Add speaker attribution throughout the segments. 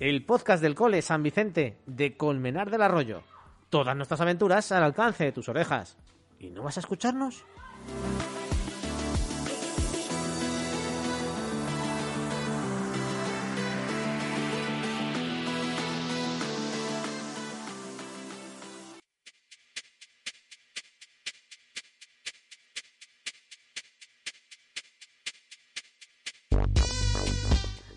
Speaker 1: el podcast del Cole San Vicente de Colmenar del Arroyo. Todas nuestras aventuras al alcance de tus orejas. ¿Y no vas a escucharnos?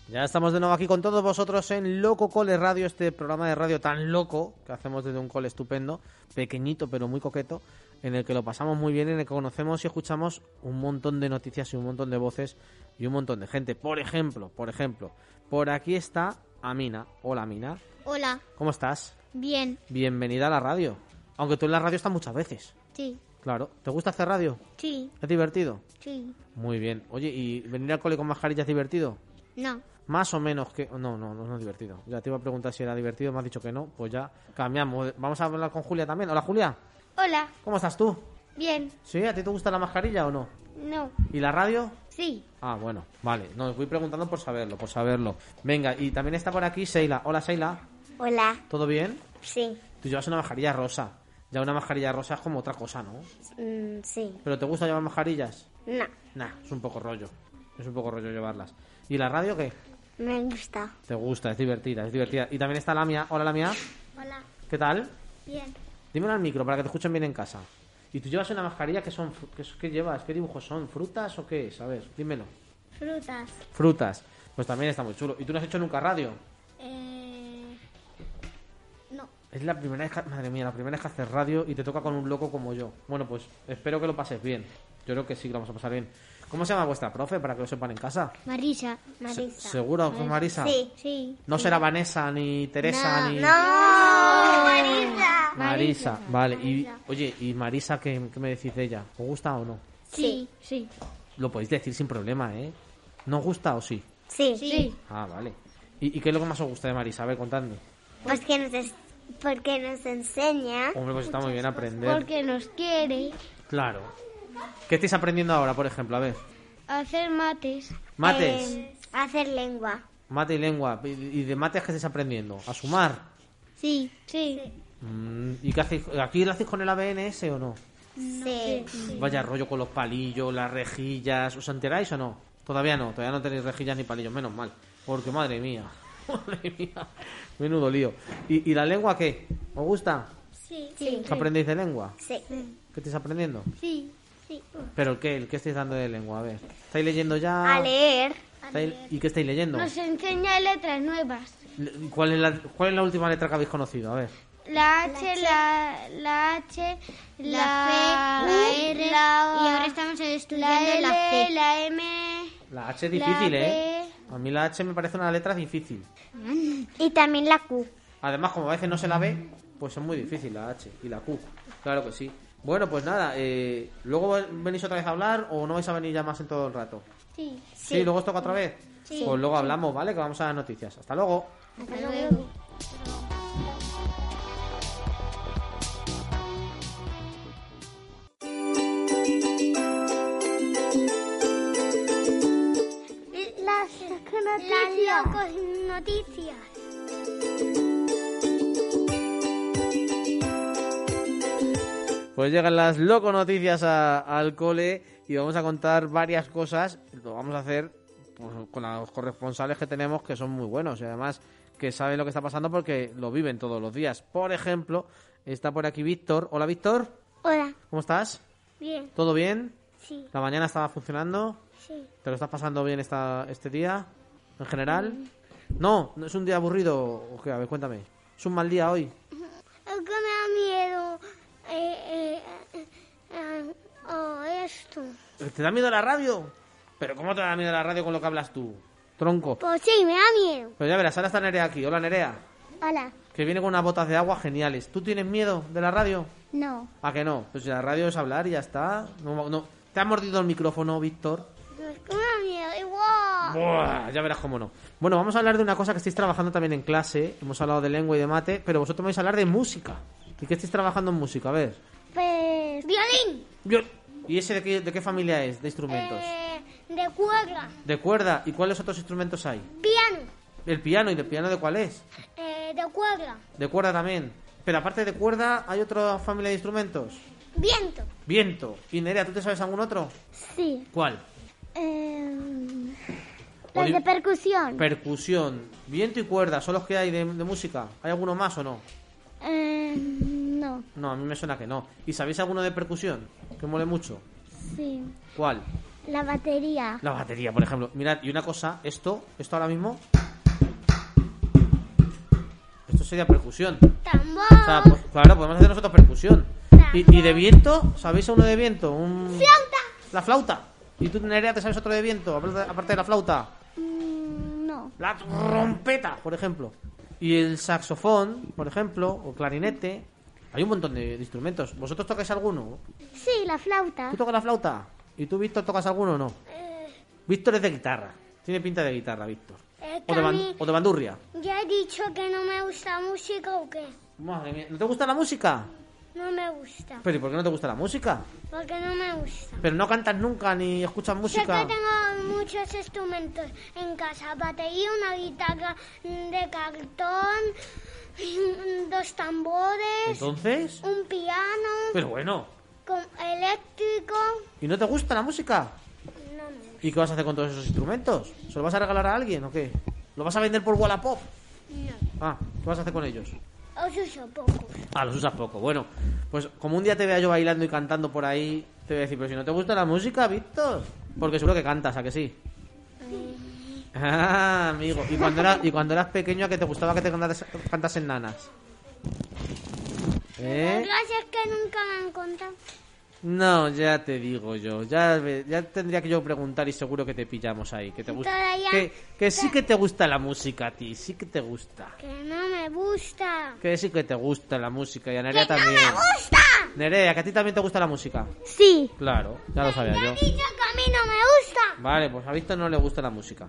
Speaker 1: Ya estamos de nuevo aquí con todos vosotros en Loco Cole Radio, este programa de radio tan loco que hacemos desde un cole estupendo, pequeñito pero muy coqueto, en el que lo pasamos muy bien, en el que conocemos y escuchamos un montón de noticias y un montón de voces y un montón de gente. Por ejemplo, por ejemplo, por aquí está Amina. Hola Amina,
Speaker 2: Hola,
Speaker 1: ¿cómo estás?
Speaker 2: bien,
Speaker 1: Bienvenida a la radio. Aunque tú en la radio estás muchas veces.
Speaker 2: sí,
Speaker 1: Claro, ¿te gusta hacer radio?
Speaker 2: sí,
Speaker 1: ¿Es divertido?
Speaker 2: sí,
Speaker 1: Muy bien. Oye, ¿y venir al cole con mascarilla es divertido?
Speaker 2: no,
Speaker 1: Más o menos que. No, no, no, no es divertido. Ya te iba a preguntar si era divertido, me has dicho que no. Pues ya cambiamos. Vamos a hablar con Julia también. Hola, Julia.
Speaker 2: hola,
Speaker 1: ¿Cómo estás tú?
Speaker 2: bien,
Speaker 1: ¿Sí? ¿A ti te gusta la mascarilla o no?
Speaker 2: no,
Speaker 1: ¿Y la radio?
Speaker 2: sí,
Speaker 1: Ah, bueno, vale. Nos voy preguntando por saberlo, por saberlo. Venga, y también está por aquí Seila. Hola, Seila.
Speaker 3: Hola,
Speaker 1: ¿Todo bien?
Speaker 3: sí,
Speaker 1: Tú llevas una mascarilla rosa. Ya una mascarilla rosa es como otra cosa, ¿no?
Speaker 3: mm, sí,
Speaker 1: ¿Pero te gusta llevar mascarillas?
Speaker 3: no,
Speaker 1: Nah, es un poco rollo. Es un poco rollo llevarlas. ¿Y la radio qué?
Speaker 3: me gusta,
Speaker 1: Te gusta, es divertida, es divertida. Y también está la mía. Hola, la mía.
Speaker 2: hola,
Speaker 1: ¿Qué tal?
Speaker 2: bien,
Speaker 1: Dímelo al micro para que te escuchen bien en casa. ¿Y tú llevas una mascarilla que son fru- que, que llevas? ¿Qué dibujos son? ¿Frutas o qué es? A ver, dímelo.
Speaker 2: frutas,
Speaker 1: Frutas. Pues también está muy chulo. ¿Y tú no has hecho nunca radio?
Speaker 2: eh, no,
Speaker 1: Es la primera vez que, madre mía, la primera vez que haces radio y te toca con un loco como yo. Bueno, pues espero que lo pases bien. Yo creo que sí que lo vamos a pasar bien. ¿Cómo se llama vuestra profe para que lo sepan en casa?
Speaker 2: Marisa,
Speaker 1: Se-
Speaker 3: Marisa.
Speaker 1: ¿Seguro que es Marisa?
Speaker 3: Sí.
Speaker 2: sí,
Speaker 1: No será Vanessa, ni Teresa, ni...
Speaker 3: No, Marisa.
Speaker 1: Marisa, vale. Y,
Speaker 2: Marisa.
Speaker 1: oye, ¿y Marisa qué, qué me decís de ella? ¿Os gusta o no?
Speaker 2: sí, sí,
Speaker 1: Lo podéis decir sin problema, ¿eh? ¿No os gusta o sí?
Speaker 3: Sí,
Speaker 2: sí,
Speaker 1: Ah, vale. ¿Y, y qué es lo que más os gusta de Marisa? A ver, contadme.
Speaker 3: porque Pues nos, es- porque nos enseña,
Speaker 1: Hombre, pues está muy bien aprender.
Speaker 2: porque nos quiere
Speaker 1: Claro. ¿Qué estáis aprendiendo ahora, por ejemplo? A ver.
Speaker 2: hacer mates,
Speaker 1: Mates.
Speaker 3: eh, a hacer lengua,
Speaker 1: Mate y lengua. ¿Y- ¿Y de mates qué estáis aprendiendo? A sumar.
Speaker 2: sí, sí,
Speaker 1: Mm, ¿Y qué hacéis? ¿Aquí lo hacéis con el ABNS o no?
Speaker 3: sí,
Speaker 1: Vaya rollo con los palillos, las rejillas. ¿Os enteráis o no? Todavía no, todavía no tenéis rejillas ni palillos, menos mal. Porque madre mía, madre mía, menudo lío. ¿Y, y la lengua qué? ¿Os gusta?
Speaker 2: sí,
Speaker 3: sí,
Speaker 1: ¿Qué aprendéis de lengua?
Speaker 3: sí,
Speaker 1: ¿Qué estáis aprendiendo?
Speaker 2: sí, sí,
Speaker 1: ¿Pero qué? ¿El qué estáis dando de lengua? A ver, ¿estáis leyendo ya?
Speaker 3: a leer,
Speaker 1: ¿Estáis- ¿Y qué estáis leyendo?
Speaker 2: nos enseña letras nuevas.
Speaker 1: Le- ¿Cuál es, la, ¿Cuál es la última letra que habéis conocido? A ver.
Speaker 2: La H, la, la H, la,
Speaker 3: la C, la R, y ahora
Speaker 2: estamos
Speaker 3: estudiando la
Speaker 2: L,
Speaker 3: C.
Speaker 2: La M.
Speaker 1: La H es difícil,
Speaker 2: La
Speaker 1: ¿eh? A mí la H me parece una letra difícil.
Speaker 3: y también la Q,
Speaker 1: Además, como a veces no se la ve, pues es muy difícil la H y la Q. Claro que sí. Bueno, pues nada, eh, ¿luego venís otra vez a hablar o no vais a venir ya más en todo el rato?
Speaker 2: Sí.
Speaker 1: Sí, luego os toca otra vez.
Speaker 2: Sí.
Speaker 1: Pues luego hablamos, ¿vale? Que vamos a las noticias. Hasta luego.
Speaker 2: Hasta luego.
Speaker 3: las
Speaker 2: Las locos noticias.
Speaker 1: Pues llegan las loco noticias a- al cole y vamos a contar varias cosas. Lo vamos a hacer pues, con los corresponsales que tenemos que son muy buenos y además que saben lo que está pasando porque lo viven todos los días. Por ejemplo, está por aquí Víctor. Hola Víctor,
Speaker 3: Hola,
Speaker 1: ¿cómo estás?
Speaker 2: Bien,
Speaker 1: ¿Todo bien?
Speaker 2: sí,
Speaker 1: ¿La mañana estaba funcionando?
Speaker 2: sí.
Speaker 1: ¿Te lo estás pasando bien esta, este día en general? No, no es un día aburrido. ¿o qué? A ver, cuéntame. Es un mal día hoy.
Speaker 2: Lo que me da miedo eh, eh, eh, oh, esto.
Speaker 1: ¿Te da miedo la radio? ¿Pero cómo te da miedo la radio con lo que hablas tú? Tronco.
Speaker 2: Pues sí, me da miedo.
Speaker 1: Pero ya verás, ahora está Nerea aquí. Hola Nerea.
Speaker 2: Hola.
Speaker 1: Que viene con unas botas de agua geniales. ¿Tú tienes miedo de la radio?
Speaker 2: No.
Speaker 1: ¿A que no? Pues si la radio es hablar y ya está. No, no. ¿Te has mordido el micrófono, Víctor?
Speaker 2: Es que me da miedo. Igual.
Speaker 1: Buah, ya verás cómo no. Bueno, vamos a hablar de una cosa que estáis trabajando también en clase. Hemos hablado de lengua y de mate, pero vosotros vais a hablar de música. ¿Y qué estáis trabajando en música? A ver.
Speaker 2: Pues... Violín.
Speaker 1: Yo- ¿Y ese de qué, de qué familia es? De instrumentos.
Speaker 2: Eh, de cuerda.
Speaker 1: ¿De cuerda? ¿Y cuáles otros instrumentos hay?
Speaker 2: Piano.
Speaker 1: El piano, ¿y del piano de cuál es?
Speaker 2: Eh, de cuerda.
Speaker 1: De cuerda también. Pero aparte de cuerda, ¿hay otra familia de instrumentos?
Speaker 2: Viento.
Speaker 1: Viento. ¿Y Nerea, tú te sabes algún otro?
Speaker 2: Sí.
Speaker 1: ¿Cuál?
Speaker 2: Eh,
Speaker 1: Poli-
Speaker 2: las de percusión.
Speaker 1: Percusión. Viento y cuerda, son los que hay de, de música. ¿Hay alguno más o no?
Speaker 2: Eh, no,
Speaker 1: No, a mí me suena que no. ¿Y sabéis alguno de percusión? Que mole mucho.
Speaker 2: sí.
Speaker 1: ¿Cuál?
Speaker 2: La batería.
Speaker 1: La batería, por ejemplo. Mirad, y una cosa, esto, esto ahora mismo. Esto sería percusión.
Speaker 2: Tambor.
Speaker 1: O sea, pues, claro, podemos hacer nosotros percusión. ¿Y, y de viento? ¿Sabéis uno de viento? Un...
Speaker 2: Flauta.
Speaker 1: La flauta. ¿Y tú, Nerea, te sabes otro de viento? Aparte aparte de la flauta.
Speaker 2: Mm, no.
Speaker 1: La trompeta, por ejemplo. Y el saxofón, por ejemplo, o clarinete. Hay un montón de de instrumentos. ¿Vosotros tocáis alguno?
Speaker 2: Sí, la flauta.
Speaker 1: ¿Tú tocas la flauta? ¿Y tú, Víctor, tocas alguno o no? Víctor es de guitarra. Tiene pinta de guitarra, Víctor.
Speaker 2: Eh,
Speaker 1: O de, ban-
Speaker 2: Cami,
Speaker 1: o de bandurria.
Speaker 2: ¿Ya he dicho que no me gusta música o qué?
Speaker 1: Madre mía, ¿no te gusta la música?
Speaker 2: No me gusta.
Speaker 1: Pero ¿y por qué no te gusta la música?
Speaker 2: Porque no me gusta.
Speaker 1: Pero no cantas nunca ni escuchas
Speaker 2: Sé que
Speaker 1: música.
Speaker 2: tengo muchos instrumentos en casa. Batería, una guitarra mm, de cartón, mm, dos tambores,
Speaker 1: Entonces,
Speaker 2: un piano
Speaker 1: pero bueno,
Speaker 2: con eléctrico.
Speaker 1: ¿y no te gusta la música?
Speaker 2: No me gusta.
Speaker 1: ¿Y qué vas a hacer con todos esos instrumentos? ¿Se los vas a regalar a alguien o qué? ¿Lo vas a vender por Wallapop? Ah, ¿qué vas a hacer con ellos?
Speaker 2: Os uso pocos.
Speaker 1: Ah, los usas poco. Bueno, pues como un día te vea yo bailando y cantando por ahí, te voy a decir, pero si no te gusta la música, Víctor. Porque seguro que cantas, ¿a que sí? Ah, amigo. ¿Y cuando, era- ¿Y cuando eras pequeño a que te gustaba que te cantaras, cantasen nanas? ¿Eh?
Speaker 2: Gracias que nunca me han contado.
Speaker 1: No, ya te digo yo. Ya, ve- ya tendría que yo preguntar y seguro que te pillamos ahí. Que te gusta.
Speaker 2: Todavía-
Speaker 1: Que, que sí que te gusta la música a ti. Sí que te gusta.
Speaker 2: Que no me gusta.
Speaker 1: Que sí que te gusta la música. Y a Nerea también.
Speaker 2: ¡Gusta!
Speaker 1: Nerea, que a ti también te gusta la música.
Speaker 2: Sí.
Speaker 1: Claro, ya lo sabía yo.
Speaker 2: He dicho que a mí no me gusta.
Speaker 1: Vale, pues a Víctor no le gusta la música.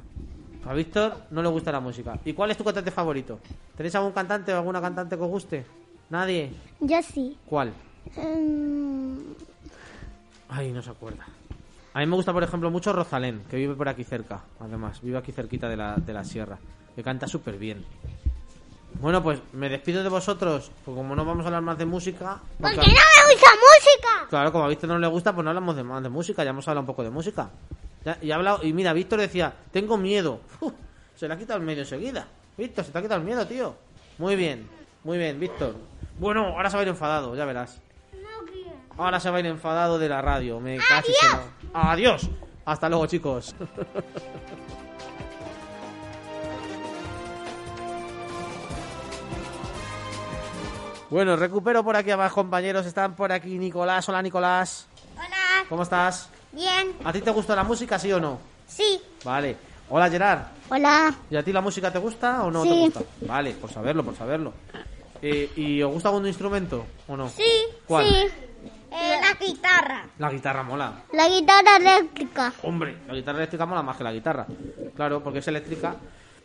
Speaker 1: A Víctor no le gusta la música. ¿Y cuál es tu cantante favorito? ¿Tenéis algún cantante o alguna cantante que os guste? ¿Nadie?
Speaker 2: Yo sí.
Speaker 1: ¿Cuál?
Speaker 2: Em,
Speaker 1: Ay, no se acuerda. A mí me gusta, por ejemplo, mucho Rosalén, que vive por aquí cerca, además. Vive aquí cerquita de la, de la sierra. Que canta súper bien. Bueno, pues me despido de vosotros, porque como no vamos a hablar más de música...
Speaker 2: Porque
Speaker 1: porque-
Speaker 2: no me gusta música.
Speaker 1: Claro, como a Víctor no le gusta, pues no hablamos de más de música, ya hemos hablado un poco de música. Ya- y, ha hablado, y mira, Víctor decía, tengo miedo. Uf, se le ha quitado el medio enseguida. Víctor, se te ha quitado el miedo, tío. Muy bien, muy bien, Víctor. Bueno, ahora se va a ir enfadado, ya verás.
Speaker 2: No quiero.
Speaker 1: Ahora se va a ir enfadado de la radio. Me casi se lo- Adiós. Hasta luego, chicos. bueno, recupero por aquí a más compañeros. Están por aquí Nicolás. Hola, Nicolás.
Speaker 2: Hola.
Speaker 1: ¿Cómo estás?
Speaker 2: Bien.
Speaker 1: ¿A ti te gusta la música, sí o no?
Speaker 2: Sí.
Speaker 1: Vale. Hola, Gerard.
Speaker 2: Hola.
Speaker 1: ¿Y a ti la música te gusta o no te
Speaker 2: Sí.
Speaker 1: gusta? Vale, por saberlo, por saberlo. Eh, ¿Y os gusta algún instrumento o no?
Speaker 2: Sí.
Speaker 1: ¿Cuál?
Speaker 2: Sí. Eh, la guitarra.
Speaker 1: La guitarra mola.
Speaker 2: La guitarra eléctrica.
Speaker 1: Hombre, la guitarra eléctrica mola más que la guitarra. Claro, porque es eléctrica.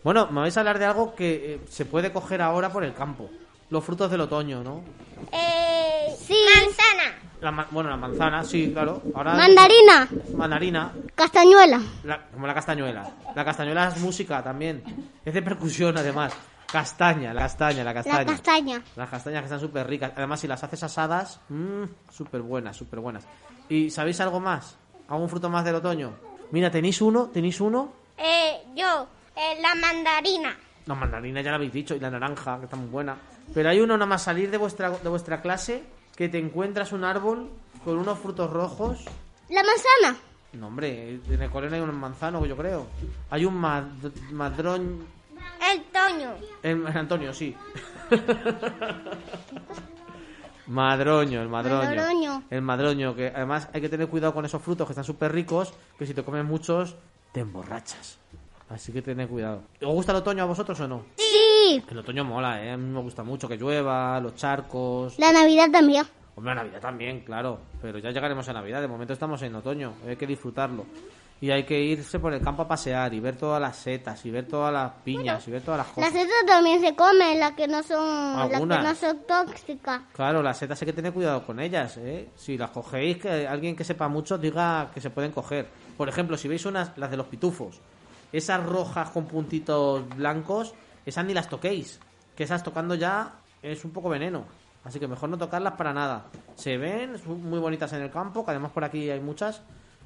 Speaker 1: Bueno, me vais a hablar de algo que eh, se puede coger ahora por el campo. Los frutos del otoño, ¿no?
Speaker 2: Eh, sí. Manzana.
Speaker 1: La ma- bueno, la manzana, sí, claro. Ahora
Speaker 2: Mandarina.
Speaker 1: mandarina,
Speaker 2: Castañuela.
Speaker 1: la- como la castañuela. La castañuela es música también. Es de percusión, además. Castaña, la castaña, la castaña.
Speaker 2: La castaña.
Speaker 1: Las castañas que están súper ricas. Además, si las haces asadas, mmm, súper buenas, súper buenas. ¿Y sabéis algo más? ¿Algún fruto más del otoño? Mira, tenéis uno, tenéis uno
Speaker 2: Eh, yo. la mandarina.
Speaker 1: La mandarina ya la habéis dicho, y la naranja, que está muy buena. Pero hay uno nada más salir de vuestra, de vuestra clase que te encuentras un árbol con unos frutos rojos.
Speaker 2: La manzana.
Speaker 1: No, hombre, en el colegio hay un manzano, yo creo. Hay un mad- madrón.
Speaker 2: El toño.
Speaker 1: El, el Antonio, sí. Madroño, el madroño.
Speaker 2: Madroño.
Speaker 1: El madroño, que además hay que tener cuidado con esos frutos que están súper ricos, que si te comes muchos, te emborrachas. Así que tened cuidado. ¿Os gusta el otoño a vosotros o no?
Speaker 2: Sí.
Speaker 1: El otoño mola, ¿eh? A mí me gusta mucho que llueva, los charcos.
Speaker 2: La Navidad también.
Speaker 1: Hombre, la Navidad también, claro. Pero ya llegaremos a Navidad. De momento estamos en otoño. Hay que disfrutarlo. Y hay que irse por el campo a pasear y ver todas las setas y ver todas las piñas y ver todas las
Speaker 3: Las
Speaker 1: cosas.
Speaker 3: setas también se comen, las que no son, las que
Speaker 1: Algunas.
Speaker 3: no son tóxicas.
Speaker 1: Claro, las setas hay que tener cuidado con ellas, ¿eh? Si las cogéis, que alguien que sepa mucho diga que se pueden coger. Por ejemplo, si veis unas, las de los pitufos. esas rojas con puntitos blancos, esas ni las toquéis. Que esas tocando ya es un poco veneno. Así que mejor no tocarlas para nada. Se ven, son muy bonitas en el campo, que además por aquí hay muchas,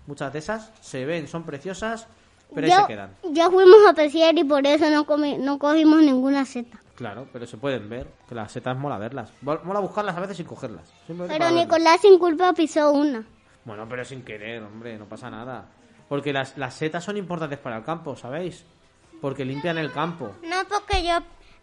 Speaker 1: muchas de esas. Se ven, son preciosas, pero ahí
Speaker 2: ya,
Speaker 1: se quedan.
Speaker 2: ya fuimos a pescar y por eso no, comi- no cogimos ninguna seta.
Speaker 1: Claro, pero se pueden ver, que las setas mola verlas. Vol- Mola buscarlas a veces sin cogerlas. simplemente
Speaker 2: Pero
Speaker 1: para verlas.
Speaker 2: Nicolás sin culpa pisó una.
Speaker 1: Bueno, pero sin querer, hombre, no pasa nada. Porque las, las setas son importantes para el campo, ¿sabéis? Porque limpian el campo.
Speaker 3: No, porque yo,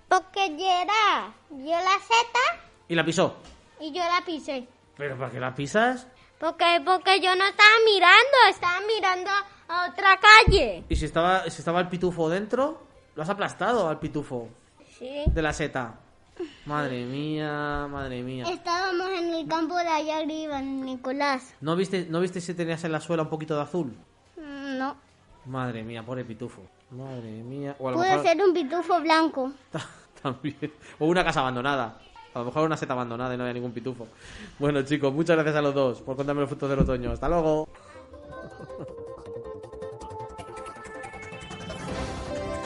Speaker 3: porque yo era, yo la seta
Speaker 1: ¿Y la pisó?
Speaker 3: y yo la pisé.
Speaker 1: ¿Pero para qué la pisas?
Speaker 3: Porque, porque yo no estaba mirando, estaba mirando a otra calle.
Speaker 1: ¿Y si estaba, si estaba el pitufo dentro? ¿Lo has aplastado al pitufo
Speaker 3: Sí.
Speaker 1: de la seta? Madre mía, madre mía.
Speaker 2: Estábamos en el campo de allá arriba, Nicolás.
Speaker 1: ¿No viste, ¿No viste si tenías en la suela un poquito de azul?
Speaker 2: Mm, No.
Speaker 1: Madre mía, pobre pitufo. Madre mía. O a lo
Speaker 2: Puede
Speaker 1: mejor-
Speaker 2: ser un pitufo blanco.
Speaker 1: También. O una casa abandonada. A lo mejor una seta abandonada y no había ningún pitufo. Bueno, chicos, muchas gracias a los dos por contarme los frutos del otoño. Hasta luego.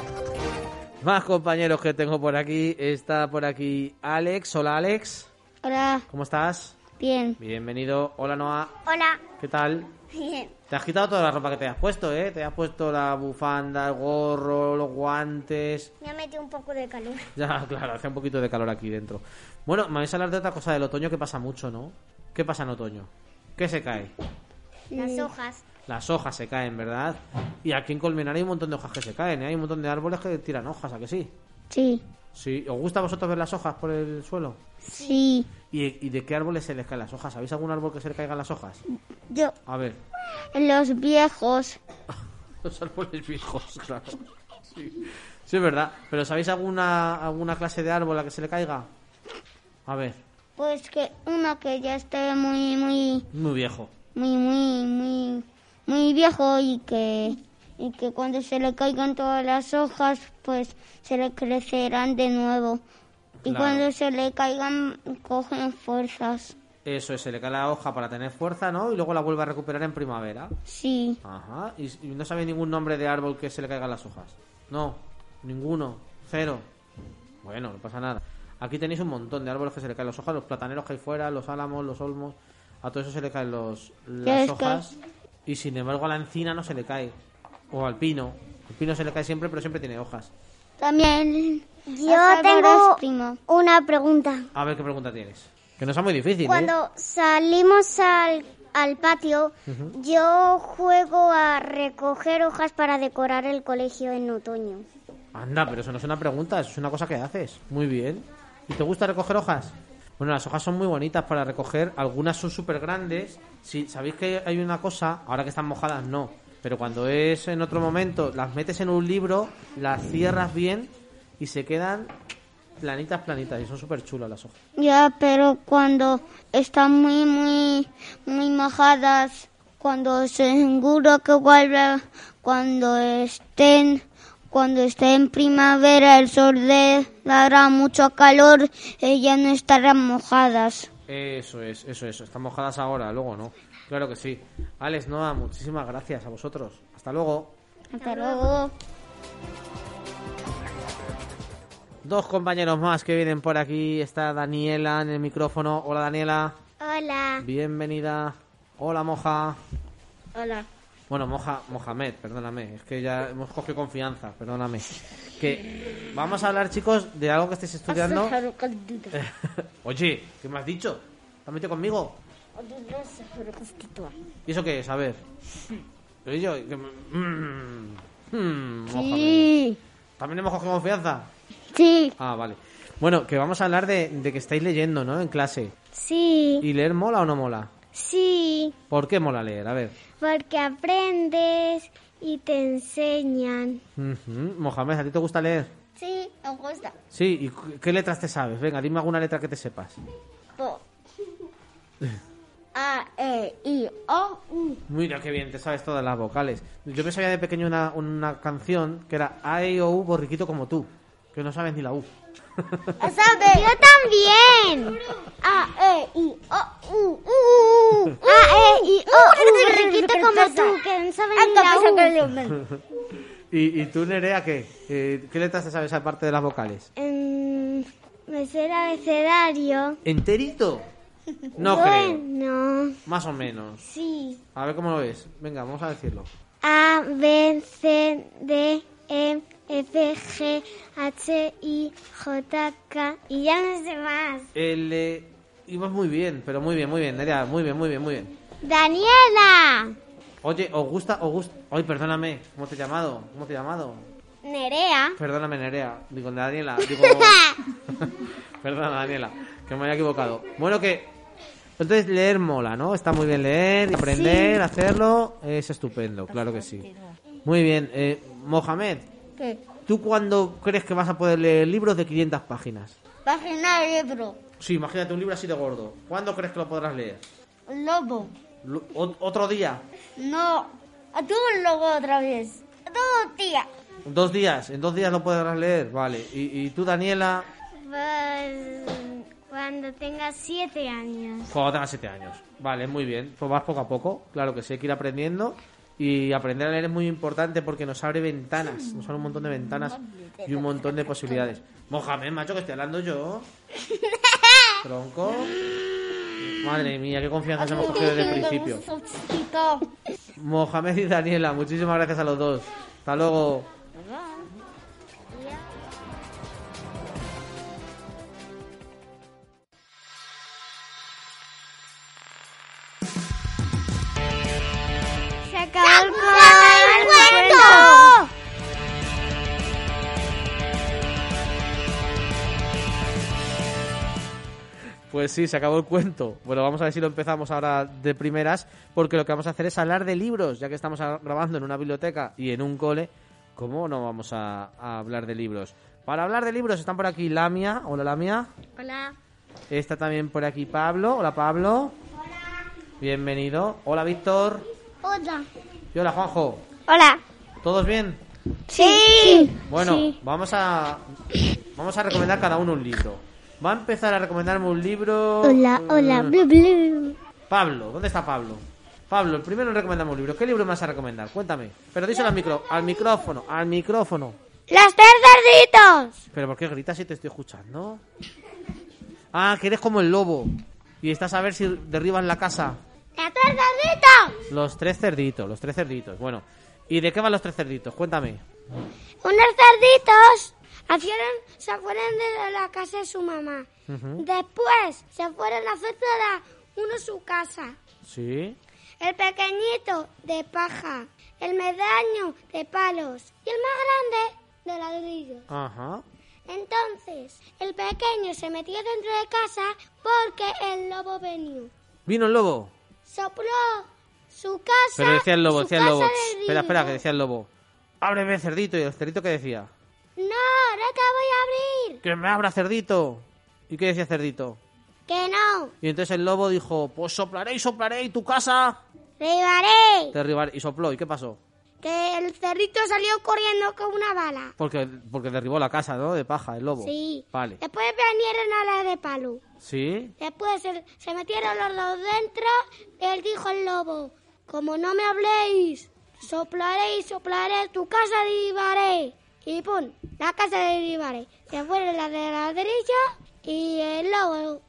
Speaker 1: Más compañeros que tengo por aquí. Está por aquí Alex. Hola, Alex.
Speaker 2: Hola,
Speaker 1: ¿Cómo estás?
Speaker 2: bien.
Speaker 1: Bienvenido. Hola, Noah.
Speaker 3: Hola.
Speaker 1: ¿Qué tal?
Speaker 3: Bien.
Speaker 1: Te has quitado toda la ropa que te has puesto, ¿eh? Te has puesto la bufanda, el gorro, los guantes.
Speaker 3: Me ha metido un poco de calor.
Speaker 1: Ya, claro, hace un poquito de calor aquí dentro. Bueno, me vais a hablar de otra cosa del otoño que pasa mucho, ¿no? ¿Qué pasa en otoño? ¿Qué se cae?
Speaker 3: Las hojas.
Speaker 1: Las hojas se caen, ¿verdad? Y aquí en Colmenar hay un montón de hojas que se caen, ¿eh? Hay un montón de árboles que tiran hojas, ¿a que sí?
Speaker 2: Sí,
Speaker 1: Sí. ¿Os gusta a vosotros ver las hojas por el suelo?
Speaker 2: sí.
Speaker 1: ¿Y, y de qué árboles se les caen las hojas? ¿Sabéis algún árbol que se le caigan las hojas?
Speaker 2: Yo,
Speaker 1: A ver.
Speaker 2: los viejos.
Speaker 1: Los árboles viejos, claro. Sí, sí es verdad. ¿Pero sabéis alguna, alguna clase de árbol a que se le caiga? A ver.
Speaker 2: Pues que una que ya esté muy, muy,
Speaker 1: Muy viejo.
Speaker 2: muy, muy, muy, muy viejo y que, y que cuando se le caigan todas las hojas, pues se le crecerán de nuevo. Y
Speaker 1: Claro.
Speaker 2: cuando se le caigan, cogen fuerzas.
Speaker 1: Eso es, se le cae la hoja para tener fuerza, ¿no? Y luego la vuelve a recuperar en primavera.
Speaker 2: Sí,
Speaker 1: Ajá. Y, y no sabe ningún nombre de árbol que se le caigan las hojas. No, ninguno. Cero. Bueno, no pasa nada. Aquí tenéis un montón de árboles que se le caen las hojas, los plataneros que hay fuera, los álamos, los olmos. A todo eso se le caen los, las
Speaker 2: es que-
Speaker 1: hojas. Y sin embargo a la encina no se le cae. O al pino. El pino se le cae siempre, pero siempre tiene hojas.
Speaker 2: también.
Speaker 3: Yo
Speaker 2: las
Speaker 3: tengo
Speaker 2: árboles primo.
Speaker 3: una pregunta.
Speaker 1: A ver qué pregunta tienes. Que no sea muy difícil, ¿eh?
Speaker 3: Cuando salimos al, al patio, yo juego a recoger hojas para decorar el colegio en otoño.
Speaker 1: Anda, pero eso no es una pregunta, eso es una cosa que haces. Muy bien. ¿Y te gusta recoger hojas? Bueno, las hojas son muy bonitas para recoger. Algunas son súper grandes. Si sabéis que hay una cosa, ahora que están mojadas, no. Pero cuando es en otro momento, las metes en un libro, las cierras bien y se quedan planitas, planitas. Y son súper chulas las hojas.
Speaker 2: Ya, pero cuando están muy, muy, muy mojadas, cuando seguro que vuelve, cuando estén, cuando esté en primavera, el sol de- dará mucho calor, eh, ya no estarán mojadas.
Speaker 1: Eso es, eso es. Están mojadas ahora, luego no. Claro que sí. Alex, Noa, muchísimas gracias a vosotros. Hasta luego.
Speaker 2: Hasta luego.
Speaker 1: Dos compañeros más que vienen por aquí. Está Daniela en el micrófono. Hola Daniela,
Speaker 3: Hola.
Speaker 1: bienvenida. Hola Moja.
Speaker 3: Hola.
Speaker 1: Bueno, Moja, Mohamed, perdóname. Es que ya hemos cogido confianza, perdóname. Que vamos a hablar, chicos, de algo que estéis estudiando. Oye, ¿qué me has dicho? ¿Te has metido conmigo? ¿Y eso qué es? A ver. Pero yo... que me- Mm, mm, Mohamed.
Speaker 2: Sí,
Speaker 1: ¿También hemos cogido confianza?
Speaker 2: sí,
Speaker 1: Ah, vale. Bueno, que vamos a hablar de, de que estáis leyendo, ¿no? En clase.
Speaker 3: Sí,
Speaker 1: ¿Y leer mola o no mola?
Speaker 3: sí,
Speaker 1: ¿Por qué mola leer? A ver.
Speaker 3: porque aprendes y te enseñan.
Speaker 1: Ujú. Mohamed, ¿a ti te gusta leer?
Speaker 3: Sí, me gusta.
Speaker 1: Sí, ¿y cu- qué letras te sabes? Venga, dime alguna letra que te sepas.
Speaker 3: A, E, I, O, U.
Speaker 1: Mira qué bien, te sabes todas las vocales. Yo me sabía de pequeño una, una canción que era A, E, O, U, borriquito como tú. Que no sabes ni la U.
Speaker 3: Yo también. A, E, I, O, U. U, U. A, E, I, O, U. Riquito como tú, que no sabes ni la U.
Speaker 1: ¿Y, y tú, Nerea, qué? Eh, ¿Qué letras te sabes aparte de las vocales?
Speaker 3: Em, me sé el abecedario.
Speaker 1: ¿Enterito? No creo.
Speaker 3: bueno,
Speaker 1: Más o menos.
Speaker 3: sí.
Speaker 1: A ver cómo lo ves. Venga, vamos a decirlo.
Speaker 3: A, B, C, D, E, F, G, H, I, J, K. Y ya no sé más.
Speaker 1: El, eh, ibas muy bien, pero muy bien, muy bien, Nerea. Muy bien, muy bien, muy bien.
Speaker 3: ¡Daniela!
Speaker 1: Oye, ¿os gusta? ¿Os gusta? Oye, perdóname. ¿Cómo te he llamado? ¿Cómo te he llamado?
Speaker 3: Nerea.
Speaker 1: Perdóname, Nerea. Digo, Daniela. Digo... Perdona, Daniela. Que me había equivocado. Bueno, que... Entonces leer mola, ¿no? Está muy bien leer, aprender, hacerlo. Es estupendo, claro que sí. Muy bien. Eh, Mohamed,
Speaker 2: ¿Qué?
Speaker 1: ¿tú cuándo crees que vas a poder leer libros de 500 páginas?
Speaker 2: Página del libro.
Speaker 1: Sí, imagínate un libro así de gordo. ¿Cuándo crees que lo podrás leer?
Speaker 2: Lobo.
Speaker 1: Lu- o- ¿Otro día?
Speaker 2: No. A tú un lobo otra vez. A tú, tía.
Speaker 1: ¿Dos días? ¿En dos días lo podrás leer? Vale. ¿Y, y tú, Daniela?
Speaker 3: Pues cuando tenga siete años.
Speaker 1: Cuando tengas siete años. Vale, muy bien. Pues vas poco a poco. Claro que sí, hay que ir aprendiendo. Y aprender a leer es muy importante porque nos abre ventanas. Nos abre un montón de ventanas y un montón de posibilidades. Mohamed, macho, que estoy hablando yo. Tronco. Madre mía, qué confianza hemos cogido desde el principio. Mohamed y Daniela, muchísimas gracias a los dos. Hasta luego.
Speaker 3: ¡Se acabó el cuento!
Speaker 1: Pues sí, se acabó el cuento. Bueno, vamos a ver si lo empezamos ahora de primeras, porque lo que vamos a hacer es hablar de libros, ya que estamos a- grabando en una biblioteca y en un cole. ¿Cómo no vamos a, a hablar de libros? Para hablar de libros están por aquí Lamia. Hola Lamia.
Speaker 3: Hola.
Speaker 1: Está también por aquí Pablo. Hola Pablo. Hola. Bienvenido. Hola Víctor.
Speaker 3: Hola.
Speaker 1: Y hola Juanjo.
Speaker 3: Hola.
Speaker 1: ¿Todos bien?
Speaker 3: Sí.
Speaker 1: Bueno, vamos a vamos a recomendar cada uno un libro. Va a empezar a recomendarme un libro.
Speaker 3: Hola, hola,
Speaker 1: Mm,
Speaker 3: blu, blu.
Speaker 1: Pablo, ¿dónde está Pablo? Pablo, el primero recomendamos un libro. ¿Qué libro me vas a recomendar? Cuéntame. Pero díselo al, micro, al micrófono, al micrófono.
Speaker 3: ¡Los tres cerditos!
Speaker 1: ¿Pero por qué gritas si te estoy escuchando? Ah, que eres como el lobo. Y estás a ver si derribas la casa.
Speaker 3: ¡Los tres cerditos!
Speaker 1: Los tres cerditos, los tres cerditos. Bueno, ¿y de qué van los tres cerditos? Cuéntame.
Speaker 3: Unos cerditos hicieron, se fueron de la casa de su mamá.
Speaker 1: Ujú.
Speaker 3: Después Pues, se fueron a hacer de uno su casa.
Speaker 1: ¿Sí?
Speaker 3: El pequeñito de paja, el medaño de palos y el más grande de ladrillo.
Speaker 1: Ajá.
Speaker 3: Entonces, el pequeño se metió dentro de casa porque el lobo venía.
Speaker 1: ¿Vino el lobo?
Speaker 3: Sopló su casa.
Speaker 1: Pero decía el lobo,
Speaker 3: su
Speaker 1: decía el
Speaker 3: casa
Speaker 1: lobo.
Speaker 3: de
Speaker 1: Espera, espera,
Speaker 3: vidrio.
Speaker 1: que decía el lobo. Ábreme, cerdito. ¿Y el cerdito qué decía?
Speaker 3: No, no te voy a abrir.
Speaker 1: Que me abra, cerdito. ¿Y qué decía cerdito?
Speaker 3: Que no.
Speaker 1: Y entonces el lobo dijo, pues soplaré y soplaré y tu casa.
Speaker 3: Derribaré.
Speaker 1: Derribaré. Y sopló. ¿Y qué pasó?
Speaker 3: Que el cerrito salió corriendo con una bala.
Speaker 1: Porque, porque derribó la casa, ¿no? De paja, el lobo.
Speaker 3: Sí.
Speaker 1: Vale.
Speaker 3: Después vinieron a la de palo.
Speaker 1: ¿Sí?
Speaker 3: Después el- se metieron los dos dentro y él dijo al lobo, como no me habléis, soplaré y soplaré, tu casa derribaré. Y pum, la casa derribaré. Se fueron la de la derecha y el lobo.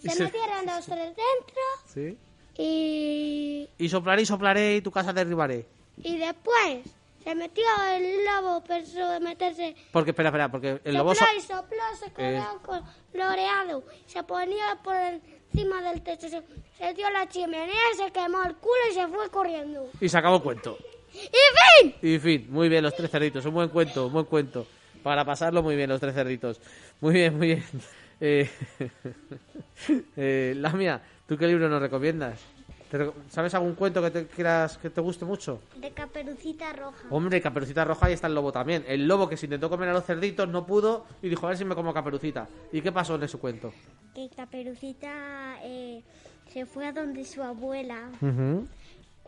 Speaker 1: Y
Speaker 3: Se
Speaker 1: se-
Speaker 3: metieron los tres dentro
Speaker 1: ¿Sí?
Speaker 3: y,
Speaker 1: Y soplaré y soplaré y tu casa derribaré.
Speaker 3: y después se metió el lobo pensó meterse.
Speaker 1: Porque, espera, espera, porque el
Speaker 3: sopló
Speaker 1: lobo... so-
Speaker 3: y sopló, se
Speaker 1: Eh.
Speaker 3: quedó coloreado. Se ponía por encima del techo, se, se dio la chimenea, se quemó el culo y se fue corriendo.
Speaker 1: Y se acabó el cuento.
Speaker 3: ¡Y fin!
Speaker 1: Y fin, muy bien, los tres cerditos. Un buen cuento, un buen cuento. Para pasarlo muy bien, los tres cerditos. Muy bien, muy bien. Eh, eh, Lamia, ¿tú qué libro nos recomiendas? ¿Te reco- ¿Sabes algún cuento que te quieras que te guste mucho?
Speaker 3: De caperucita roja.
Speaker 1: Hombre, Caperucita Roja ahí está el lobo también. El lobo que se intentó comer a los cerditos no pudo y dijo, a ver si me como a Caperucita. ¿Y qué pasó en su cuento?
Speaker 3: Que caperucita eh, se fue a donde su abuela.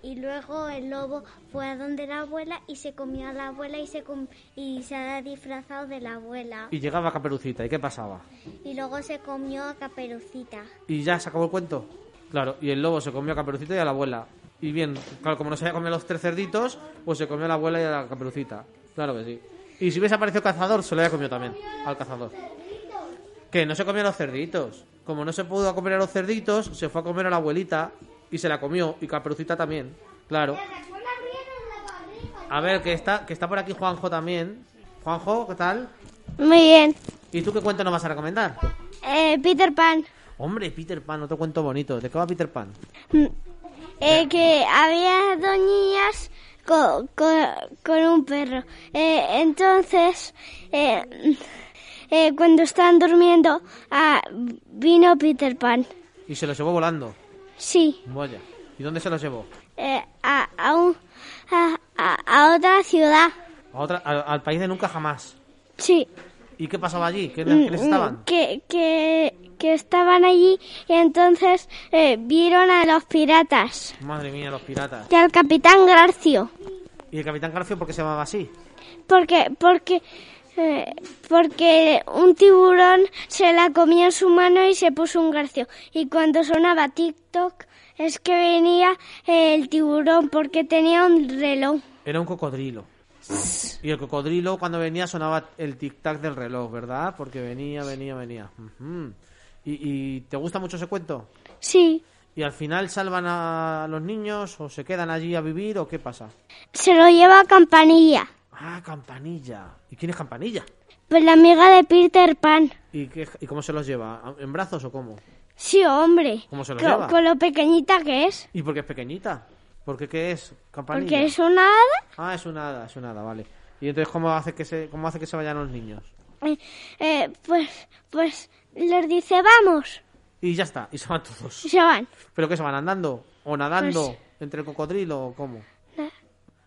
Speaker 3: Y luego el lobo fue a donde la abuela y se comió a la abuela y se, y se ha disfrazado de la abuela.
Speaker 1: Y llegaba Caperucita, ¿y qué pasaba?
Speaker 3: Y luego se comió a caperucita.
Speaker 1: Y ya se acabó el cuento. Claro, y el lobo se comió a Caperucita y a la abuela. Y bien, claro, como no se había comido los tres cerditos, pues se comió a la abuela y a la caperucita. Claro que sí. Y si hubiese aparecido cazador, se lo había comido también al cazador. Que no se comió a los cerditos. Como no se pudo comer a los cerditos, se fue a comer a la abuelita y se la comió. Y caperucita también, claro. A ver, que está, que está por aquí Juanjo también. Juanjo, ¿qué tal?
Speaker 3: Muy bien. Eh,
Speaker 1: ¿Y tú qué cuento nos vas a recomendar?
Speaker 3: Peter Pan.
Speaker 1: Hombre, Peter Pan, otro cuento bonito. ¿De qué va Peter Pan?
Speaker 3: Eh, que había dos niñas co- co- con, un perro. Eh, entonces, eh, eh, cuando estaban durmiendo, ah, vino Peter Pan.
Speaker 1: Y se lo llevó volando.
Speaker 3: Sí,
Speaker 1: Vaya. ¿Y dónde se lo llevó?
Speaker 3: eh, a, a, un- a- a- a otra ciudad.
Speaker 1: A otra, al, al país de nunca jamás.
Speaker 3: Sí.
Speaker 1: ¿Y qué pasaba allí? ¿Qué, quiénes
Speaker 3: Mm,
Speaker 1: estaban?
Speaker 3: Que, que, que estaban allí y entonces eh, vieron a los piratas
Speaker 1: Madre mía, los piratas.
Speaker 3: y al capitán Garcio.
Speaker 1: ¿Y el capitán Garfio por qué se llamaba así?
Speaker 3: Porque, porque, eh, porque un tiburón se la comió en su mano y se puso un garcio. Y cuando sonaba TikTok es que venía eh, el tiburón porque tenía un reloj.
Speaker 1: Era un cocodrilo. Y el cocodrilo cuando venía sonaba el tic-tac del reloj, ¿verdad? Porque venía, venía, venía. Ujú. ¿Y, ¿Y te gusta mucho ese cuento?
Speaker 3: Sí,
Speaker 1: ¿Y al final salvan a los niños o se quedan allí a vivir o qué pasa?
Speaker 3: se lo lleva a Campanilla,
Speaker 1: Ah, Campanilla. ¿Y quién es Campanilla?
Speaker 3: pues la amiga de Peter Pan.
Speaker 1: ¿Y, qué, ¿Y cómo se los lleva? ¿En brazos o cómo?
Speaker 3: Sí, hombre.
Speaker 1: ¿Cómo se lo
Speaker 3: Co-
Speaker 1: lleva?
Speaker 3: Con lo pequeñita que es.
Speaker 1: ¿Y por qué es pequeñita? ¿Por qué qué es? Campanilla.
Speaker 3: Porque es una hada.
Speaker 1: Ah, es una hada, es una hada, vale. ¿Y entonces cómo hace que se, cómo hace que se vayan los niños?
Speaker 3: Eh, eh, pues, pues les dice vamos.
Speaker 1: Y ya está, y se van todos.
Speaker 3: Y se van.
Speaker 1: ¿Pero qué se van andando? ¿O nadando?
Speaker 3: Pues-
Speaker 1: ¿Entre el cocodrilo o cómo?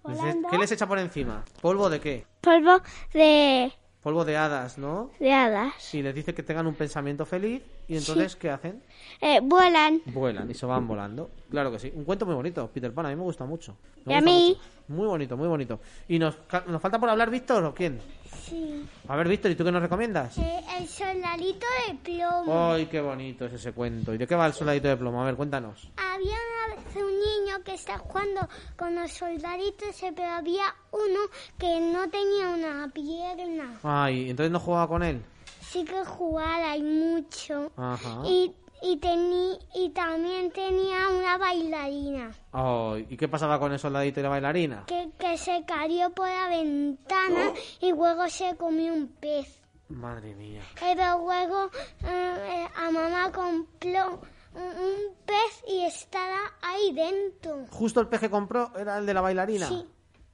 Speaker 1: Les- ¿Qué les echa por encima? ¿Polvo de qué?
Speaker 3: Polvo de,
Speaker 1: Polvo de hadas, ¿no?
Speaker 3: de hadas.
Speaker 1: Y les dice que tengan un pensamiento feliz y entonces ¿qué hacen?
Speaker 3: Eh, vuelan.
Speaker 1: Vuelan y se van volando. Claro que sí. Un cuento muy bonito, Peter Pan. A mí me gusta mucho. Me
Speaker 3: Y a
Speaker 1: gusta
Speaker 3: mí.
Speaker 1: mucho. Muy bonito, muy bonito. ¿Y nos, ca- nos falta por hablar Víctor o quién?
Speaker 2: Sí. eh,
Speaker 1: A ver, Víctor, ¿y tú qué nos recomiendas?
Speaker 2: el soldadito de plomo.
Speaker 1: ¡Ay, qué bonito es ese cuento! ¿Y de qué va el soldadito de plomo? A ver, cuéntanos.
Speaker 2: Había una vez un niño que estaba jugando con los soldaditos, pero había uno que no tenía una pierna.
Speaker 1: Ay, entonces no jugaba con él.
Speaker 2: Sí que jugar hay mucho.
Speaker 1: Ajá.
Speaker 2: Y, y, tení- y también tenía una bailarina
Speaker 1: Ay, ¿Y qué pasaba con el soldadito y la bailarina?
Speaker 2: que, que se cayó por la ventana y luego se comió un pez.
Speaker 1: Madre mía.
Speaker 2: Pero luego eh, eh, a mamá compró un, un pez y estaba ahí dentro
Speaker 1: ¿Justo el pez que compró era el de la bailarina?
Speaker 2: Sí.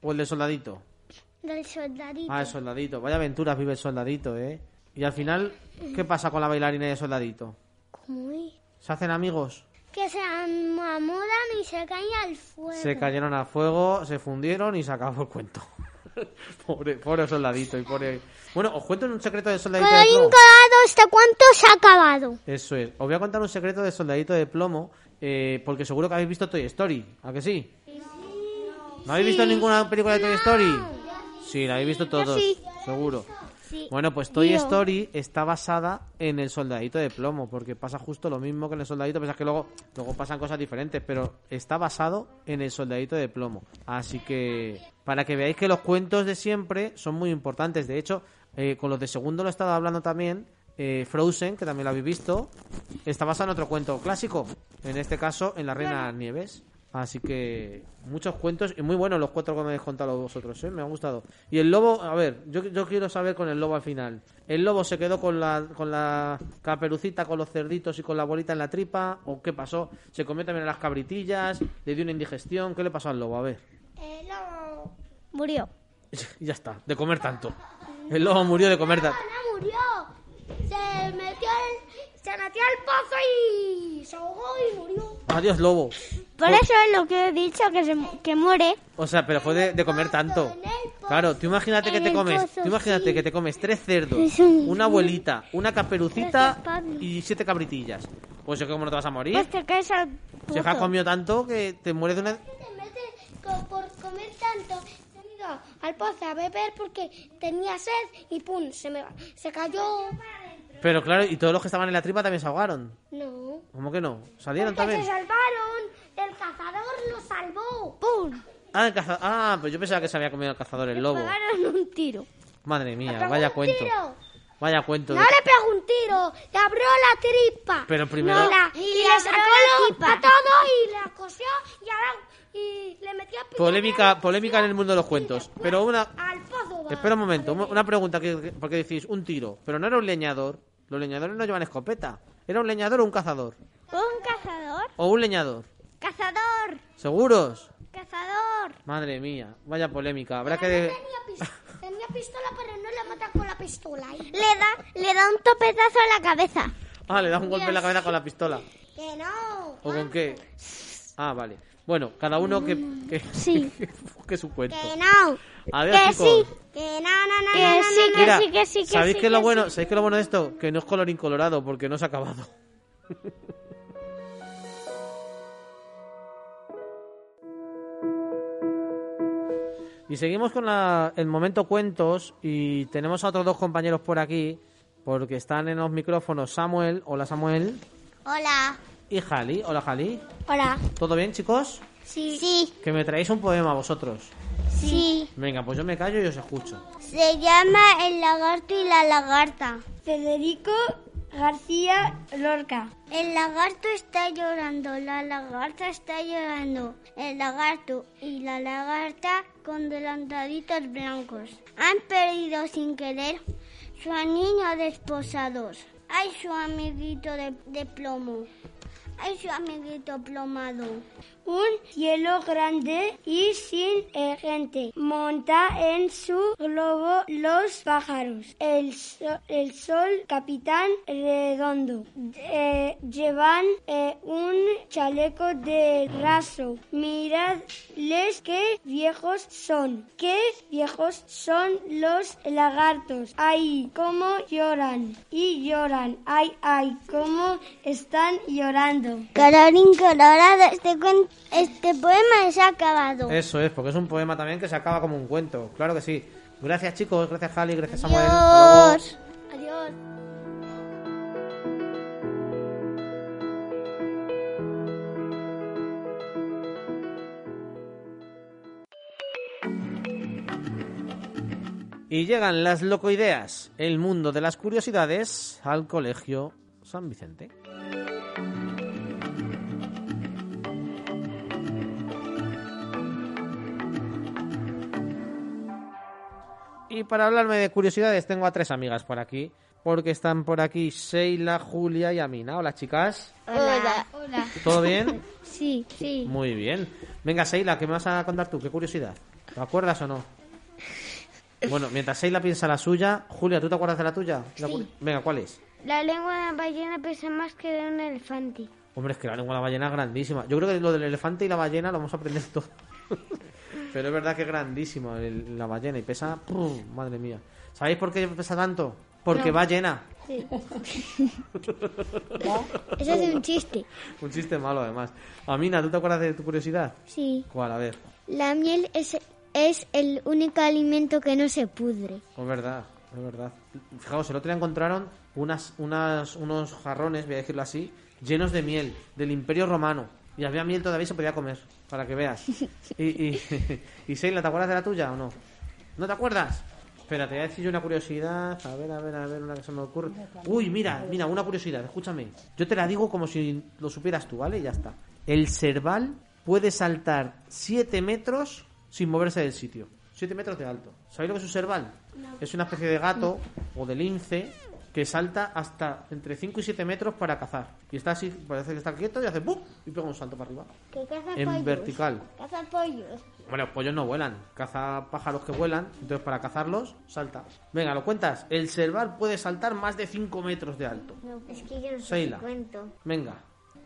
Speaker 1: ¿O el del soldadito?
Speaker 2: del soldadito.
Speaker 1: Ah, el soldadito. Vaya aventuras vive el soldadito, ¿eh? Y al final, ¿qué pasa con la bailarina y el soldadito?
Speaker 2: ¿Cómo es?
Speaker 1: ¿Se hacen amigos?
Speaker 2: Que se enamoran y se caen al fuego.
Speaker 1: Se cayeron al fuego, se fundieron y se acabó el cuento. pobre, pobre soldadito y pobre... Bueno, os cuento un secreto del soldadito de
Speaker 2: Colorín
Speaker 1: plomo.
Speaker 2: colorado, ¿hasta cuánto se ha acabado?
Speaker 1: Eso es. Os voy a contar un secreto del soldadito de plomo, eh, porque seguro que habéis visto Toy Story, ¿a que sí? ¿No habéis visto ninguna película de Toy Story? Sí, la habéis visto todos, seguro. Bueno, pues Toy Story está basada en el soldadito de plomo, porque pasa justo lo mismo que en el soldadito, pese a que luego, luego pasan cosas diferentes, pero está basado en el soldadito de plomo. Así que, para que veáis que los cuentos de siempre son muy importantes. De hecho, eh, con los de segundo lo he estado hablando también. eh, Frozen, que también lo habéis visto, está basado en otro cuento clásico, en este caso en la Reina Nieves. Así que muchos cuentos y muy buenos los cuatro que me habéis contado vosotros, ¿eh? me han gustado. Y el lobo, a ver, yo, yo quiero saber con el lobo al final. ¿El lobo se quedó con la, con la caperucita, con los cerditos y con la bolita en la tripa? ¿O qué pasó? ¿Se comió también a las cabritillas? ¿Le dio una indigestión? ¿Qué le pasó al lobo? A ver.
Speaker 3: Murió.
Speaker 1: ya está, de comer tanto. El lobo murió de comer tanto.
Speaker 3: No murió. Se metió se metió al pozo y se ahogó y murió.
Speaker 1: Adiós, lobo.
Speaker 3: Por eso es lo que he dicho, que, se, que muere.
Speaker 1: O sea, pero fue de, de comer tanto. Claro, tú imagínate que
Speaker 2: En
Speaker 1: te
Speaker 2: el
Speaker 1: comes,
Speaker 2: pozo,
Speaker 1: tú imagínate
Speaker 2: sí.
Speaker 1: que te comes tres cerdos,
Speaker 2: Es un-
Speaker 1: una abuelita, una caperucita
Speaker 2: Gracias, Pablo.
Speaker 1: y siete cabritillas. Pues yo cómo no te vas a morir.
Speaker 3: Pues te caes al
Speaker 1: Si
Speaker 3: pozo.
Speaker 1: has comido tanto que te mueres de una
Speaker 2: Te metes co- por comer tanto. Se me iba al pozo a beber porque tenía sed y pum, se me se cayó.
Speaker 1: Pero claro, y todos los que estaban en la tripa también se ahogaron.
Speaker 2: No.
Speaker 1: ¿Cómo que no? Salieron
Speaker 2: Porque
Speaker 1: también.
Speaker 2: se salvaron. El cazador lo salvó
Speaker 1: Ah, el caza- ah, pues yo pensaba que se había comido al cazador el lobo.
Speaker 3: Pegaron un tiro.
Speaker 1: Madre mía,
Speaker 3: pegó
Speaker 1: vaya
Speaker 3: un
Speaker 1: cuento.
Speaker 3: tiro.
Speaker 1: Vaya cuento.
Speaker 3: No
Speaker 1: de-
Speaker 3: le pegó un tiro, le abrió la tripa.
Speaker 1: Pero primero-
Speaker 3: No, la- y,
Speaker 2: Y le
Speaker 3: le
Speaker 2: abrió
Speaker 3: sacó
Speaker 2: la
Speaker 3: lo-
Speaker 2: tripa.
Speaker 3: a todo y la cosió y, ahora- y le metió a
Speaker 1: Polémica, polémica en el mundo de los cuentos. Pero una...
Speaker 3: Al pozo va.
Speaker 1: Espera un momento, un- una pregunta que, que- porque decís, un tiro. Pero no era un leñador. Los leñadores no llevan escopeta. ¿Era un leñador o un cazador?
Speaker 3: ¿Un cazador?
Speaker 1: ¿O un leñador?
Speaker 3: ¡Cazador!
Speaker 1: ¿Seguros?
Speaker 3: ¡Cazador!
Speaker 1: Madre mía, vaya polémica. Habrá que...
Speaker 3: Además,
Speaker 1: de-
Speaker 3: tenía, pis- tenía pistola, pero no la mata con la pistola. Le da, le da un topetazo a la cabeza.
Speaker 1: Ah, le das un golpe en la cabeza con la pistola.
Speaker 3: Que no.
Speaker 1: ¿O con qué? Ah, vale. Bueno, cada uno que... que
Speaker 3: Sí.
Speaker 1: que su cuento.
Speaker 3: no.
Speaker 1: Adiós, chicos.
Speaker 3: Que no, no, no.
Speaker 2: Que
Speaker 3: no, no,
Speaker 2: sí,
Speaker 3: no,
Speaker 1: Mira,
Speaker 3: no.
Speaker 1: ¿sabéis qué es lo bueno? ¿Sabéis qué es lo bueno de esto? Que no es colorín colorado, porque no se ha acabado. Y seguimos con la- el momento cuentos y tenemos a otros dos compañeros por aquí, porque están en los micrófonos Samuel, hola Samuel,
Speaker 2: Hola.
Speaker 1: y Jali, hola Jali.
Speaker 3: Hola.
Speaker 1: ¿Todo bien chicos?
Speaker 2: Sí. Sí.
Speaker 1: Que me traéis un poema vosotros.
Speaker 2: Sí.
Speaker 1: Venga, pues yo me callo y os escucho.
Speaker 2: Se llama El lagarto y la lagarta.
Speaker 4: Federico García Lorca.
Speaker 2: El lagarto está llorando, la lagarta está llorando. El lagarto y la lagarta con delantaditos blancos. Han perdido sin querer su anillo de esposados. Ay, su amiguito de, de plomo. Ay, su amiguito plomado.
Speaker 4: Un cielo grande y sin eh, gente. Monta en su globo los pájaros. El, so- el sol, capitán redondo. Eh, llevan eh, un chaleco de raso. Miradles qué viejos son. Qué viejos son los lagartos. Ay, cómo lloran. Y lloran. Ay, ay, cómo están llorando.
Speaker 2: Colorín colorado, este, cuen- este poema se ha acabado.
Speaker 1: Eso es, porque es un poema también que se acaba como un cuento. Claro que sí. Gracias chicos, gracias Jali, gracias Samuel. Hasta luego.
Speaker 2: Adiós.
Speaker 3: Adiós.
Speaker 1: Y llegan las locoideas, el mundo de las curiosidades, al colegio San Vicente. Y para hablarme de curiosidades tengo a tres amigas por aquí, porque están por aquí Sheila, Julia y Amina. Hola chicas,
Speaker 2: Hola.
Speaker 1: ¿todo bien?
Speaker 3: Sí, sí.
Speaker 1: Muy bien. Venga, Seila, ¿qué me vas a contar tú? ¿Qué curiosidad? ¿Te acuerdas o no? Bueno, mientras Seila piensa la suya, Julia, ¿tú te acuerdas de la tuya? La cu- Venga, ¿cuál es?
Speaker 3: La lengua de la ballena pesa más que de un elefante.
Speaker 1: Hombre, es que la lengua de la ballena es grandísima. Yo creo que lo del elefante y la ballena lo vamos a aprender todo. Pero es verdad que es grandísima el- la ballena y pesa... ¡puf! madre mía. ¿Sabéis por qué pesa tanto? Porque va llena.
Speaker 3: Eso es un chiste.
Speaker 1: Un chiste malo, además. Amina, ¿tú te acuerdas de tu curiosidad?
Speaker 3: Sí.
Speaker 1: ¿Cuál? A ver.
Speaker 3: La miel es, es el único alimento que no se pudre.
Speaker 1: Es verdad, es verdad. Fijaos, el otro día encontraron unas, unas, unos jarrones, voy a decirlo así, llenos de miel del Imperio Romano. Y había miel todavía y se podía comer, para que veas. Y, y, y Sheila, ¿te acuerdas de la tuya o no? ¿No te acuerdas? Espera, te voy a decir yo una curiosidad. A ver, a ver, a ver, una que se me ocurre. Uy, mira, mira, una curiosidad, escúchame. Yo te la digo como si lo supieras tú, ¿vale? Y ya está. El cerval puede saltar 7 metros sin moverse del sitio. 7 metros de alto. ¿Sabéis lo que es un cerval? Es una especie de gato o de lince que salta hasta entre 5 y 7 metros para cazar. Y está así, parece que está quieto y hace ¡pum! y pega un salto para arriba.
Speaker 2: Que caza
Speaker 1: En
Speaker 2: Ah, pollos.
Speaker 1: vertical.
Speaker 2: Caza pollos.
Speaker 1: Bueno, los pollos no vuelan, caza pájaros que vuelan, entonces para cazarlos salta. Venga, lo cuentas. El cerval puede saltar más de 5 metros de alto.
Speaker 2: No, es que yo no
Speaker 1: sé Sheila. si
Speaker 2: cuento.
Speaker 1: Venga,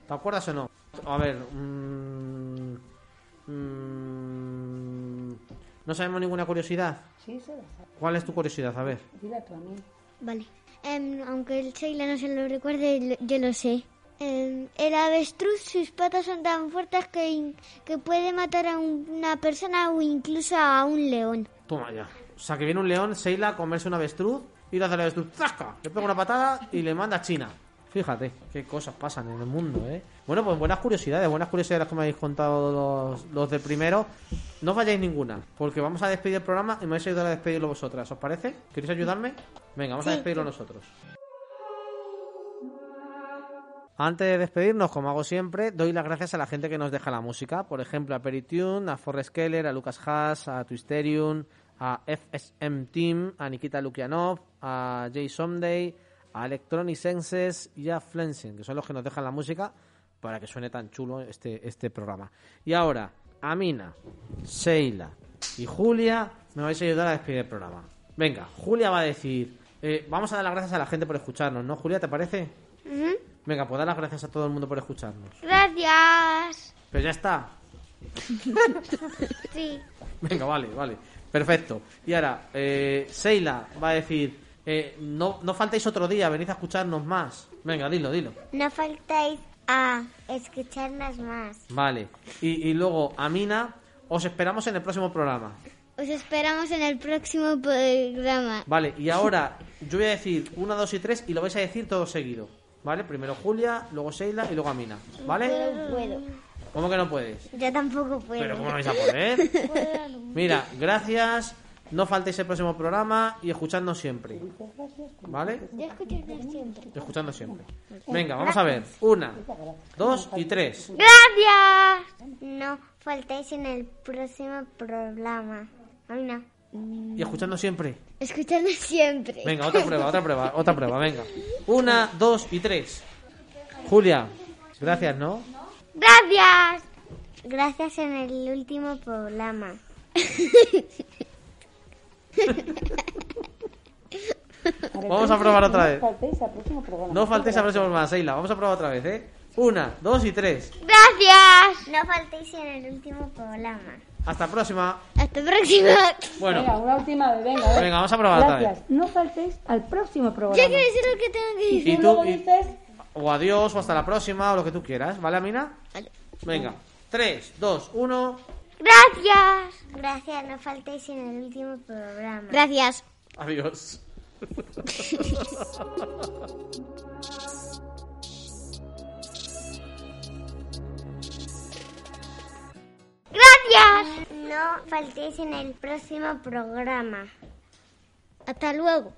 Speaker 1: ¿te acuerdas o no? A ver, mm, mm, no sabemos ninguna curiosidad.
Speaker 5: Sí, se la sabe.
Speaker 1: ¿Cuál es tu curiosidad? A ver.
Speaker 5: Dila tú a mí.
Speaker 2: Vale. Em, aunque el Sheila no se lo recuerde, lo- yo lo sé. Em, el avestruz, sus patas son tan fuertes que, in- que puede matar a un- una persona o incluso a un león.
Speaker 1: Toma ya. O sea, que viene un león, Seila, a comerse un avestruz y le hace el avestruz, ¡zasca! Le pega una patada y le manda a China. Fíjate qué cosas pasan en el mundo, ¿eh? Bueno, pues buenas curiosidades, buenas curiosidades las que me habéis contado los, los de primero. No falléis ninguna, porque vamos a despedir el programa y me vais a ayudar a despedirlo vosotras. ¿Os parece? ¿Queréis ayudarme? Venga, vamos a despedirlo nosotros. Antes de despedirnos, como hago siempre, doy las gracias a la gente que nos deja la música. Por ejemplo, a Peritune, a Forrest Keller, a Lucas Haas, a Twisterium, a FSM Team, a Nikita Lukianov, a Jay Someday, a Electronic Senses y a Flensing, que son los que nos dejan la música para que suene tan chulo este, este programa. Y ahora, Amina, Sheila y Julia me vais a ayudar a despedir el programa. Venga, Julia va a decir... eh, vamos a dar las gracias a la gente por escucharnos, ¿no, Julia? ¿Te parece? Venga, pues dar las gracias a todo el mundo por escucharnos.
Speaker 3: Gracias.
Speaker 1: Pero ya está.
Speaker 3: Sí.
Speaker 1: Venga, vale, vale. Perfecto. Y ahora, eh, Sheila va a decir, eh, no, no faltéis otro día, venid a escucharnos más. Venga, dilo, dilo.
Speaker 2: No faltáis a escucharnos más.
Speaker 1: Vale. Y, y luego, Amina, os esperamos en el próximo programa.
Speaker 2: Os esperamos en el próximo programa.
Speaker 1: Vale, y ahora yo voy a decir 1, 2 y 3 y lo vais a decir todo seguido. ¿Vale? Primero Julia, luego Sheila y luego Amina. ¿Vale?
Speaker 2: Puedo.
Speaker 1: ¿Cómo que no puedes?
Speaker 2: Yo tampoco puedo.
Speaker 1: Pero ¿cómo no vais a poder? Mira, gracias. No faltéis el próximo programa y escuchadnos siempre. ¿Vale? Escuchando siempre. Venga, vamos a ver. Una, dos y tres.
Speaker 3: Gracias.
Speaker 2: No faltáis en el próximo programa. Amina.
Speaker 1: Y escuchando siempre.
Speaker 2: Escuchadnos siempre.
Speaker 1: Venga, otra prueba, otra prueba, otra prueba, venga. Una, dos y tres. Julia, gracias, ¿no?
Speaker 3: Gracias.
Speaker 2: Gracias en el último programa.
Speaker 1: Vamos a probar otra vez. No faltéis a próximo más, Seila. Vamos a probar otra vez, ¿eh? Una, dos y tres.
Speaker 3: Gracias.
Speaker 2: No faltéis en el último programa.
Speaker 1: Hasta próxima.
Speaker 2: Hasta próxima.
Speaker 5: Venga,
Speaker 1: Bueno,
Speaker 5: una última vez, venga. a ver.
Speaker 1: Venga, vamos a probar otra
Speaker 5: Gracias. No faltéis al próximo programa.
Speaker 3: Yo quiero decir lo que tengo que decir.
Speaker 1: y
Speaker 5: luego
Speaker 1: tú, y-
Speaker 5: dices,
Speaker 1: o adiós, o hasta la próxima, o lo que tú quieras, ¿vale, Amina?
Speaker 2: Vale.
Speaker 1: Venga, tres, dos, uno.
Speaker 3: Gracias.
Speaker 2: Gracias, no faltéis en el último programa. Gracias.
Speaker 1: Adiós.
Speaker 3: Gracias.
Speaker 2: No faltéis en el próximo programa. Hasta luego.